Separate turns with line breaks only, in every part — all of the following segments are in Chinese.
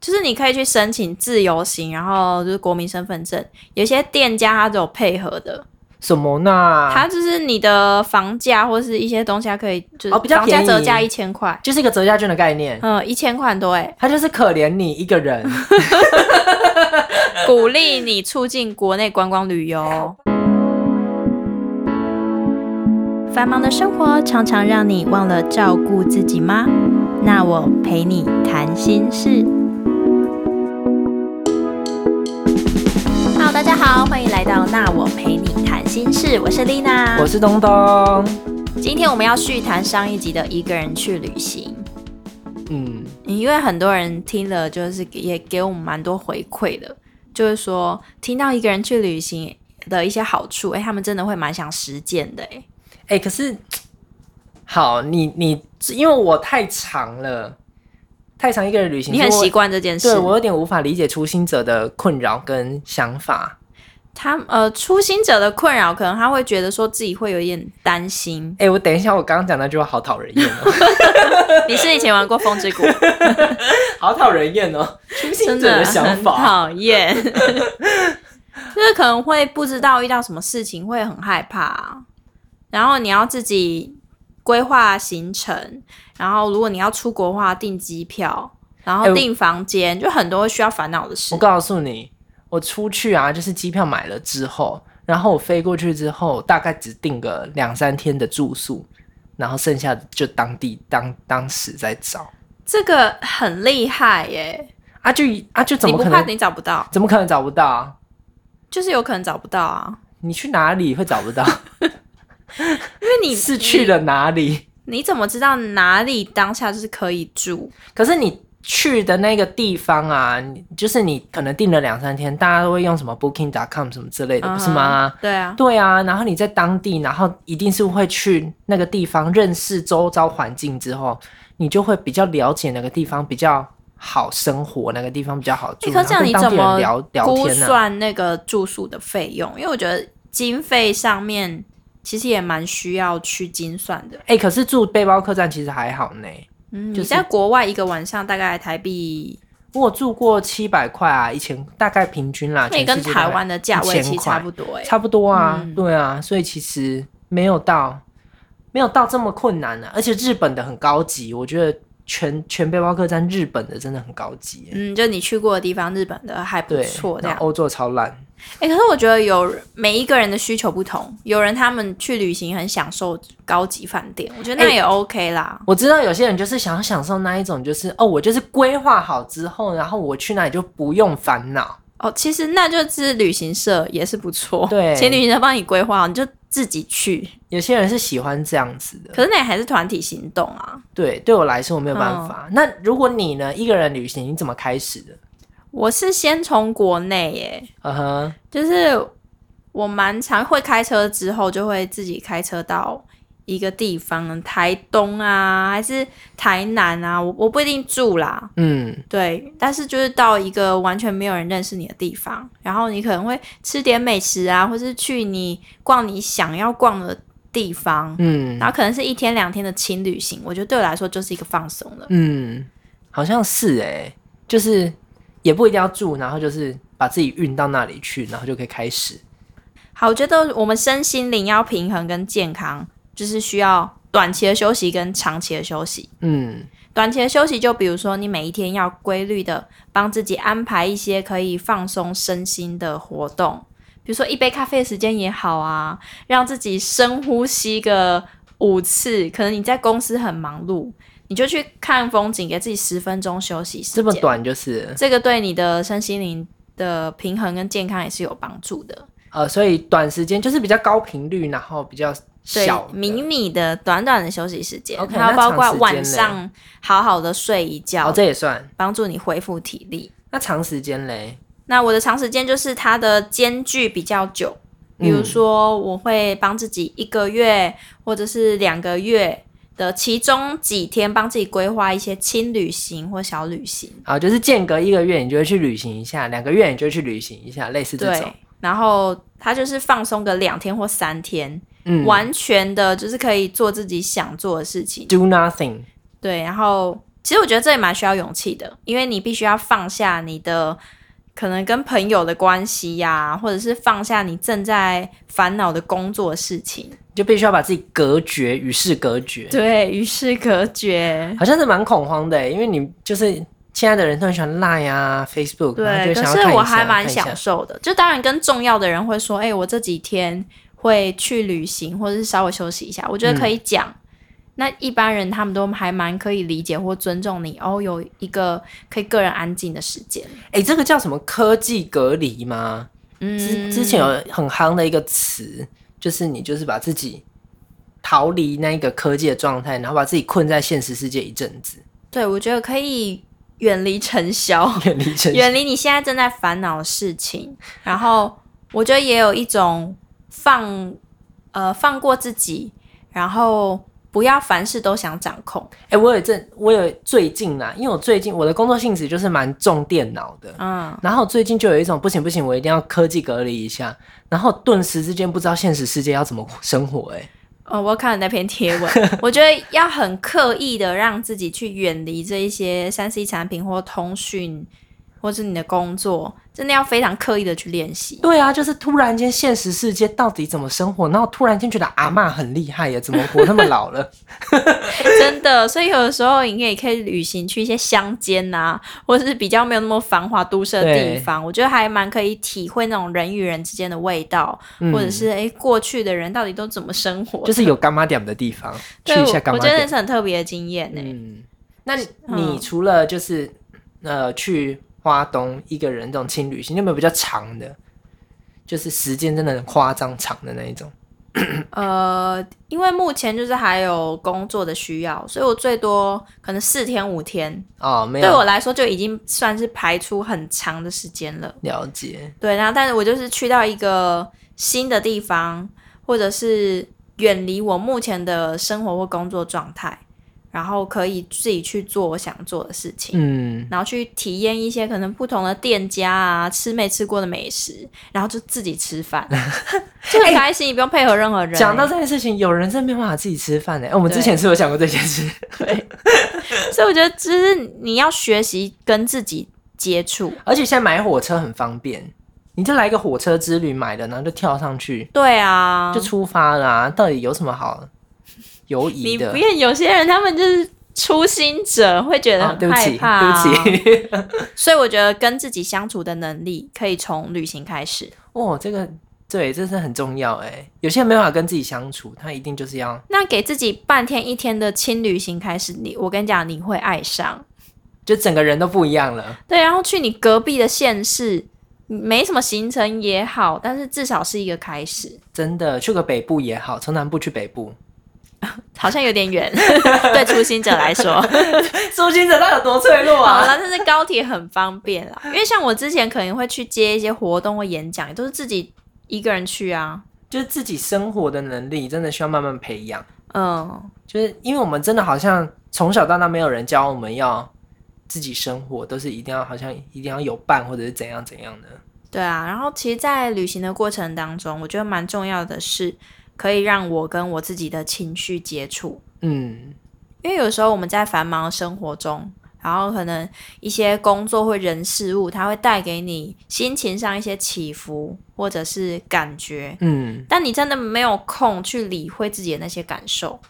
就是你可以去申请自由行，然后就是国民身份证。有些店家它都有配合的，
什么那？
它就是你的房价或是一些东西，它可以就是
哦比较
房价
便宜
折价一千块，
就是一个折价券的概念，
嗯，一千块很多哎，
它就是可怜你一 个人。
鼓励你促进国内观光旅游。繁忙的生活常常让你忘了照顾自己吗？那我陪你谈心事。Hello，大家好，欢迎来到《那我陪你谈心事》，我是丽娜。
我是东东，
今天我们要续谈上一集的一个人去旅行，
嗯，
因为很多人听了就是也给我们蛮多回馈的，就是说听到一个人去旅行的一些好处，哎、他们真的会蛮想实践的、哎，
哎、可是好，你你因为我太长了，太长一个人旅行，
你很
所以我
习惯这件事
对。我有点无法理解初心者的困扰跟想法。
他呃，初心者的困扰可能他会觉得说自己会有一点担心。
哎、我等一下，我刚刚讲那句话好讨人厌哦，
你是以前玩过风之谷，
好讨人厌哦，初心
真
者
的
想
很
法。
讨厌， 就是可能会不知道遇到什么事情会很害怕，啊然后你要自己规划行程，然后如果你要出国的话，订机票，然
哎
后
我
订房间，就很多需要烦恼的事
我。告诉你，我出去啊，就是机票买了之后，然后我飞过去之后，大概只订个两三天的住宿，然后剩下的就当地当当时在找
这个很厉害耶，
啊就啊就怎
你
么
不
可
怕
能
你找不到，
怎么可能找不到啊？
就是有可能找不到啊，
你去哪里会找不到？
因为 你
是去了哪里？
你，你怎么知道哪里当下就是可以住？
可是你去的那个地方啊，你就是你可能订了两三天，大家都会用什么 Booking.com 什么之类的，哦不是吗？
嗯？对啊，
对啊，然后你在当地，然后一定是会去那个地方认识周遭环境之后，你就会比较了解哪个地方比较好生活，哪个地方比较好住，
欸可是这样
然后跟
你
当
怎
地人
么
聊聊
估
天啊呢、
算那个住宿的费用？因为我觉得经费上面其实也蛮需要去精算的。
哎、可是住背包客栈其实还好呢，
嗯，
就是
你在国外一个晚上大概台币，
我有住过七百块啊，一千大概平均啦，
那也
全
跟
世界大概
台湾的价位
1000
其实
块
差不多哎、
差不多啊，
嗯
对啊，所以其实没有到没有到这么困难啊，而且日本的很高级，我觉得全全背包客栈日本的真的很高级耶、
嗯，就你去过的地方，日本的还不
对，
错这
那
样。
欧洲超烂，
哎、可是我觉得有每一个人的需求不同，有人他们去旅行很享受高级饭店，我觉得那
欸
也 OK 啦。
我知道有些人就是想要享受那一种，就是哦，我就是规划好之后，然后我去那里就不用烦恼。
哦，其实那就是旅行社也是不错，
对
请旅行社帮你规划好，你就自己去。
有些人是喜欢这样子的，
可是那也还是团体行动啊！
对，对我来说我没有办法。那如果你呢，一个人旅行，你怎么开始的？
我是先从国内耶，
嗯哼，
就是我蛮常会开车，之后就会自己开车到一个地方，台东啊，还是台南啊，我我不一定住啦，
嗯，
对，但是就是到一个完全没有人认识你的地方，然后你可能会吃点美食啊，或是去你逛你想要逛的地方，
嗯
然后可能是一天两天的轻旅行，我觉得对我来说就是一个放松了。
嗯，好像是哎、就是也不一定要住，然后就是把自己运到那里去，然后就可以开始。
好，我觉得我们身心灵要平衡跟健康，就是需要短期的休息跟长期的休息。
嗯，
短期的休息就比如说，你每一天要规律的帮自己安排一些可以放松身心的活动，比如说一杯咖啡的时间也好啊，让自己深呼吸个五次。可能你在公司很忙碌，你就去看风景，给自己十分钟休息时
这么
间。
短就是了
这个对你的身心灵的平衡跟健康也是有帮助的。
呃，所以短时间就是比较高频率，然后比较
对
小，的
迷你的短短的休息时间
OK，
还有
那
包
长
括
时间嘞
晚上好好的睡一觉，
哦，这也算。
帮助你恢复体力。
那长时间嘞？
那我的长时间就是它的间距比较久，比如
嗯
说我会帮自己一个月或者是两个月的其中几天，帮自己规划一些轻旅行或小旅行，
啊，就是间隔一个月你就会去旅行一下，两个月你就会去旅行一下，类似这种
对。，然后它就是放松个两天或三天，
嗯
完全的就是可以做自己想做的事情。
do nothing，
对，然后其实我觉得这也蛮需要勇气的，因为你必须要放下你的可能跟朋友的关系呀、或者是放下你正在烦恼的工作事情，
你就必须要把自己隔绝，与世隔绝。
对与世隔绝。
好像是蛮恐慌的欸，因为你就是现在的人都很喜欢 Line 啊、Facebook，然后
对，
就
可
想要
是
看一
我
下
还蛮
看一下
享受的，就当然跟重要的人会说，哎、我这几天会去旅行，或者是稍微休息一下，我觉得可以
嗯
讲。那一般人他们都还蛮可以理解或尊重你哦，有一个可以个人安静的时间。
哎、这个叫什么科技隔离吗？之
嗯
之前有很夯的一个词，就是你就是把自己逃离那一个科技的状态，然后把自己困在现实世界一阵子，
对，我觉得可以远离尘嚣，
远离真实。
远离你现在正在烦恼的事情。然后我觉得也有一种放呃放过自己，然后不要凡事都想掌控。
哎、我有一阵，我有最近啦，因为我最近我的工作性质就是蛮重电脑的，
嗯，
然后最近就有一种不行不行，我一定要科技隔离一下，然后顿时之间不知道现实世界要怎么生活、哎，
哦，我看了那篇贴文，我觉得要很刻意的让自己去远离这一些三 C 产品或通讯，或是你的工作，真的要非常刻意的去练习。
对啊，就是突然间现实世界到底怎么生活，然后突然间觉得阿嬷很厉害耶，怎么活那么老 了？
真的，所以有的时候你也可以旅行去一些乡间呐，或者是比较没有那么繁华都市的地
对
方，我觉得还蛮可以体会那种人与人之间的味道，
嗯
或者是诶过去的人到底都怎么生活，
就是有干妈点的 地方，去
对
一下
我
干
我
妈
觉得那
点。
是很特别的经验呢、欸
嗯，那你
嗯
你除了就是呃去花东一个人这种轻旅行，你有没有比较长的？就是时间真的很夸张长的那一种，
呃，因为目前就是还有工作的需要，所以我最多可能四天五天，
哦，没
对
有
我来说就已经算是排出很长的时间了。
了解，
对，然后但是我就是去到一个新的地方，或者是远离我目前的生活或工作状态，然后可以自己去做我想做的事情，
嗯，
然后去体验一些可能不同的店家啊，吃没吃过的美食，然后就自己吃 饭，就很开心，你不用配合任何人欸。
哎嗯讲到这件事情，有人真没办法自己吃饭的、哎我们
对
之前是有讲过这 件事，
欸所以我觉得，就是你要学习跟自己接触。
而且现在买火车很方便，你就来一个火车之旅买的，然后就跳上去
对啊，
就出发啦、到底有什么 好犹疑
你
的
不？厌有些人，他们就是初心者，会觉得
啊，
很
对不
害
起，
怕、啊
对不起。
所以我觉得跟自己相处的能力可以从旅行开始。
哦，这个对，这是很重要哎。有些人没办法跟自己相处，他一定就是要，
那给自己半天一天的轻旅行开始，你我跟你讲，你会爱上。
就整个人都不一样了。
对，然后去你隔壁的县市，没什么行程也好，但是至少是一个开始。
真的，去个北部也好，从南部去北 部，
好像有点远，对初心者来说。
苏金者他有多脆弱
好
啊？
了，但是高铁很方便啦，因为像我之前可能会去接一些活动或演讲，也都是自己一个人去啊。
就是自己生活的能力，真的需要慢慢培养。
嗯，
就是因为我们真的好像从小到大没有人教我们要自己生活，都是一定要好像一定要有伴或者是怎样怎样的。
对啊，然后其实，在旅行的过程当中，我觉得蛮重要的是，可以让我跟我自己的情绪接触，
嗯，
因为有时候我们在繁忙的生活中，然后可能一些工作或人事物，它会带给你心情上一些起伏或者是感觉，
嗯，
但你真的没有空去理会自己的那些感受，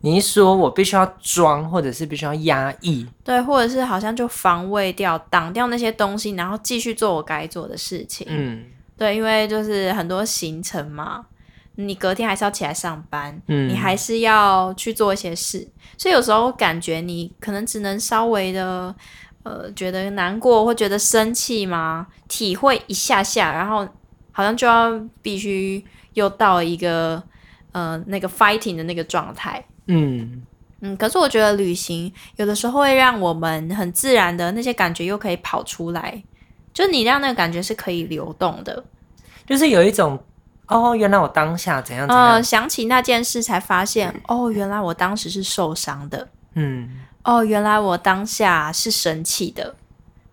你一说我必须要装，或者是必须要压抑，
对，或者是好像就防卫掉、挡掉那些东西，然后继续做我该做的事情。
嗯
对，因为就是很多行程嘛，你隔天还是要起来上班，
嗯，
你还是要去做一些事，所以有时候感觉你可能只能稍微的呃觉得难过或觉得生气嘛，体会一下下，然后好像就要必须又到一个呃那个 fighting 的那个状态。
嗯。
嗯，可是我觉得旅行有的时候会让我们很自然的那些感觉又可以跑出来，就你让那个感觉是可以流动的。
就是有一种哦，原来我当下怎样怎
嗯、
样，
想起那件事才发现，哦，原来我当时是受伤的，
嗯，
哦，原来我当下是生气的，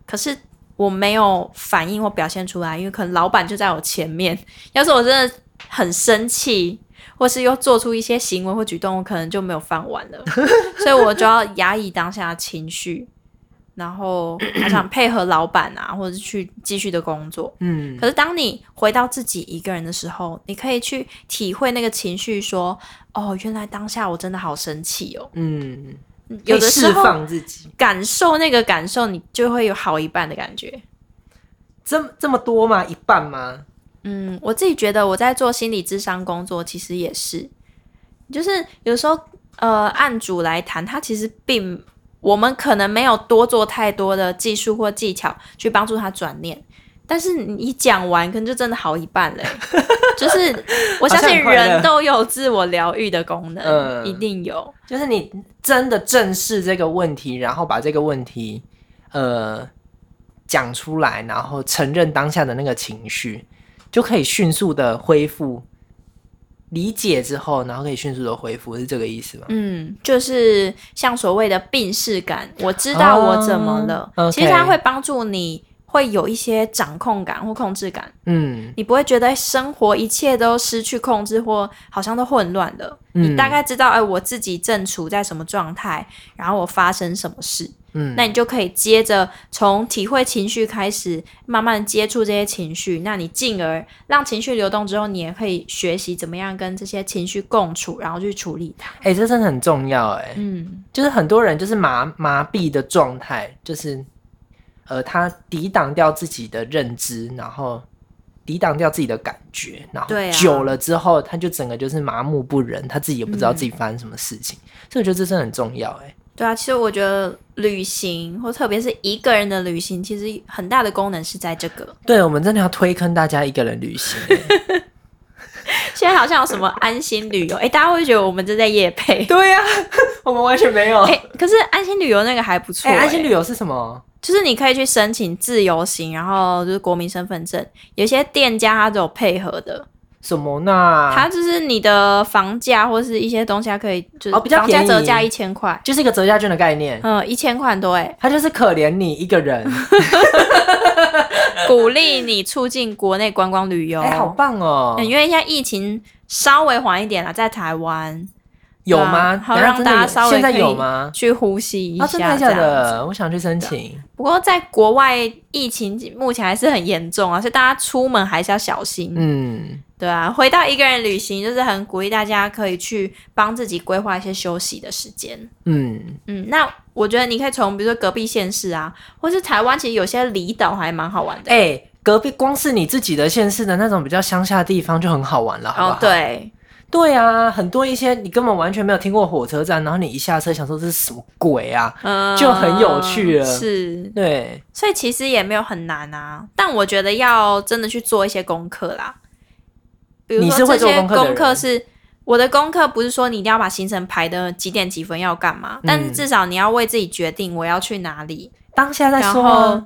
可是我没有反 应或表现出来，因为可能老板就在我前面。要是我真的很生气，或是又做出一些行为或举动，我可能就没有饭碗 了，所以我就要压抑当下的情绪，然后好想配合老板啊，或者是去继续的工作。
嗯，
可是当你回到自己一个人的时候，你可以去体会那个情绪说，哦，原来当下我真的好生气哦。
嗯，
有
可
的
以
时
释
候
放自己，
感受那个感受，你就会有好一半的感觉。
这么这么多吗？一半吗？
嗯，我自己觉得我在做心理智商工作，其实也是，就是有时候呃，案主来谈，他其实并我们可能没有多做太多的技术或技巧去帮助他转念，但是你一讲完，可能就真的好一半 嘞。就是我相
好像
信
很快乐
人都有自我疗愈的功能，
嗯
一定有。
就是你真的正视这个问题，然后把这个问题，呃，讲出来，然后承认当下的那个情绪，就可以迅速的恢复。理解之后，然后可以迅速的恢复，是这个意思吗？
嗯，就是像所谓的病视感，我知道我怎么了。
哦
其实它
OK
会帮助你会有一些掌控感或控制感。
嗯，
你不会觉得生活一切都失去控制或好像都混乱了。
嗯
你大概知道，哎，我自己正处在什么状态，然后我发生什么事，
嗯
那你就可以接着从体会情绪开始，慢慢接触这些情绪，那你进而让情绪流动之后，你也可以学习怎么样跟这些情绪共处，然后去处理它。
哎、这真的很重要哎、
嗯
就是很多人就是麻麻痹的状态，就是呃，他抵挡掉自己的认知，然后抵挡掉自己的感觉，然后
对啊
久了之后，他就整个就是麻木不仁，他自己也不知道
嗯
自己发生什么事情，所以我觉得这真的很重要哎、
对啊，其实我觉得旅行，或特别是一个人的旅行，其实很大的功能是在这个。
对，我们真的要推坑大家一个人 旅行欸、
现在好像有什么安心旅游，哎、大家会觉得我们正在夜配。
对呀、我们完全没有。
哎、可是安心旅游那个还不错、
哎、安心
哎
旅游是什么？
就是你可以去申请自由行，然后就是国民身份证，有些店家它都有配合的，
什么呢？
它就是你的房价或是一些东西，它可以就是
哦比较
房价
便宜
折价一千块，
就是一个折价券的概念，
嗯，一千块很多 哎、
它就是可怜你一个 人，
鼓励你促进国内观光旅游。
哎、好棒哦！
嗯因为现在疫情稍微缓一点啦，在台湾
有
对啊
吗？
好
难道
让
真的
大家
有
稍微
现在
可以
有吗？
去呼吸一
啊，
下，
真的
这
假
样子
的？我想去申请。
不过在国外疫情目前还是很严重啊，所以大家出门还是要小心，
嗯，
对啊，回到一个人旅行，就是很鼓励大家可以去帮自己规划一些休息的时间。
嗯，
嗯，那我觉得你可以从比如说隔壁县市啊，或是台湾，其实有些离岛还蛮好玩的。
哎、隔壁光是你自己的县市的那种比较乡下地方就很好玩了，哎好啊不
哦
好？，
对，
对啊，很多一些你根本完全没有听过火车站，然后你一下车想说这是什么鬼啊？
嗯，
就很有趣了
是，
对，
所以其实也没有很难啊，但我觉得要真的去做一些功课啦。比如
你是
说
会
这
做
些
功课的人
课是我的功课，不是说你一定要把行程排的几点几分要干嘛，
嗯
但是至少你要为自己决定我要去哪里，
当下再
然
说
后
啊。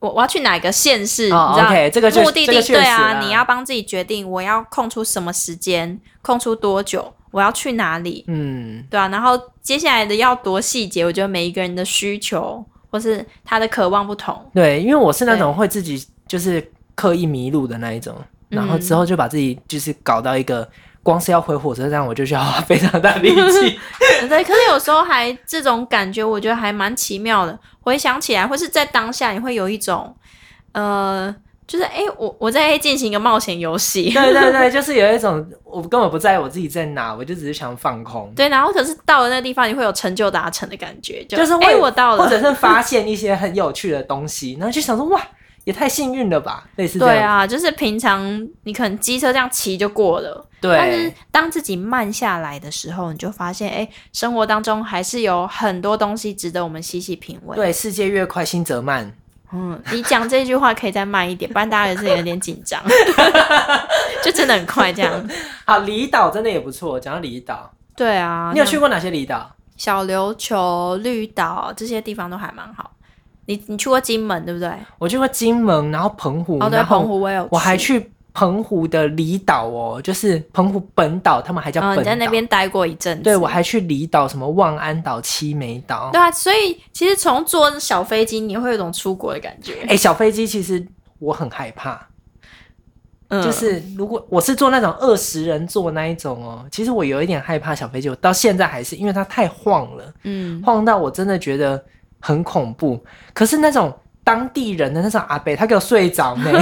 我我要去哪个县市，
哦
你知道
OK，这个确
目的
这
地
个确
对
实
啊，
啦
你要帮自己决定我要空出什么时间，空出多久，我要去哪里，
嗯，
对啊，然后接下来的要多细节，我觉得每一个人的需求或是他的渴望不同。
对，因为我是那种会自己就是刻意迷路的那一种，然后之后就把自己就是搞到一个。光是要回火车站，我就需要花非常大力气。
对，可是有时候还这种感觉，我觉得还蛮奇妙的。回想起来，或是在当下，你会有一种，呃，就是哎、诶我我在进行一个冒险游戏，
对对对，就是有一种我根本不在意我自己在哪，我就只是想放空。
对，然后可是到了那个地方，你会有成就达成的感觉，就
就是
哎、
会
诶我到了，
或者是发现一些很有趣的东西，然后就想说哇，也太幸运了吧，类似这
对
样。
啊，就是平常你可能机车这样骑就过了，
对
啊但是当自己慢下来的时候，你就发现，哎、生活当中还是有很多东西值得我们细细品味。
对世界越快，心则慢。
嗯，你讲这句话可以再慢一点，不然大家也是有点紧 张，就真的很快这样。
好，离岛真的也不错。讲到离岛，
对啊，
你有去过哪些离岛？
那小琉球、绿岛这些地方都还蛮好。你你去过金门对不对？
我去过金门，然后澎湖，
哦，对，
然后
澎湖我也有
我还。去澎湖的离岛哦，就是澎湖本岛，他们还叫本
嗯，
岛。
你在那？边待过一阵子。
对，我还去离岛，什么望安岛、七美岛。
对啊，所以其实从坐小飞机，你会有一种出国的感觉。
哎、小飞机其实我很害怕，
嗯，
就是如果我是坐那种二十人座那一种哦，其实我有一点害怕小飞机，我到现在还是因为它太晃了，
嗯，
晃到我真的觉得很恐怖。可是那种当地人的那种阿伯，他给我睡 着呢。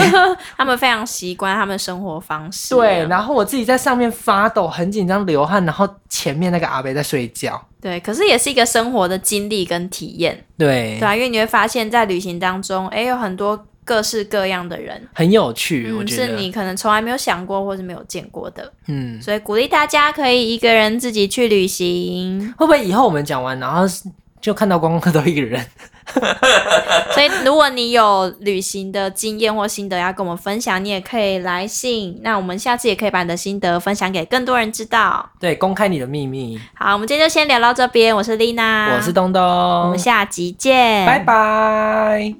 他们非常习惯他们生活方式啊。
对，然后我自己在上面发抖，很紧张，流汗，然后前面那个阿伯在睡觉。
对，可是也是一个生活的经历跟体验，
对
对啊，因为你会发现在旅行当中，哎，有很多各式各样的人，
很有趣，我
嗯，
觉
是
得。
你可能从来没有想过或是没有见过的，
嗯，
所以鼓励大家可以一个人自己去旅行。
会不会以后我们讲完，然后就看到光光都一个人？
所以，如果你有旅行的经验或心得要跟我们分享，你也可以来信。那我们下次也可以把你的心得分享给更多人知道。
对，公开你的秘密。
好，我们今天就先聊到这边。我是丽娜，
我是，东东，
我
我
们下集见，
拜。拜。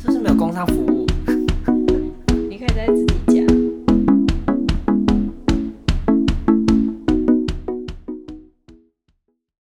是不是没有工商服务？
你可以再自己。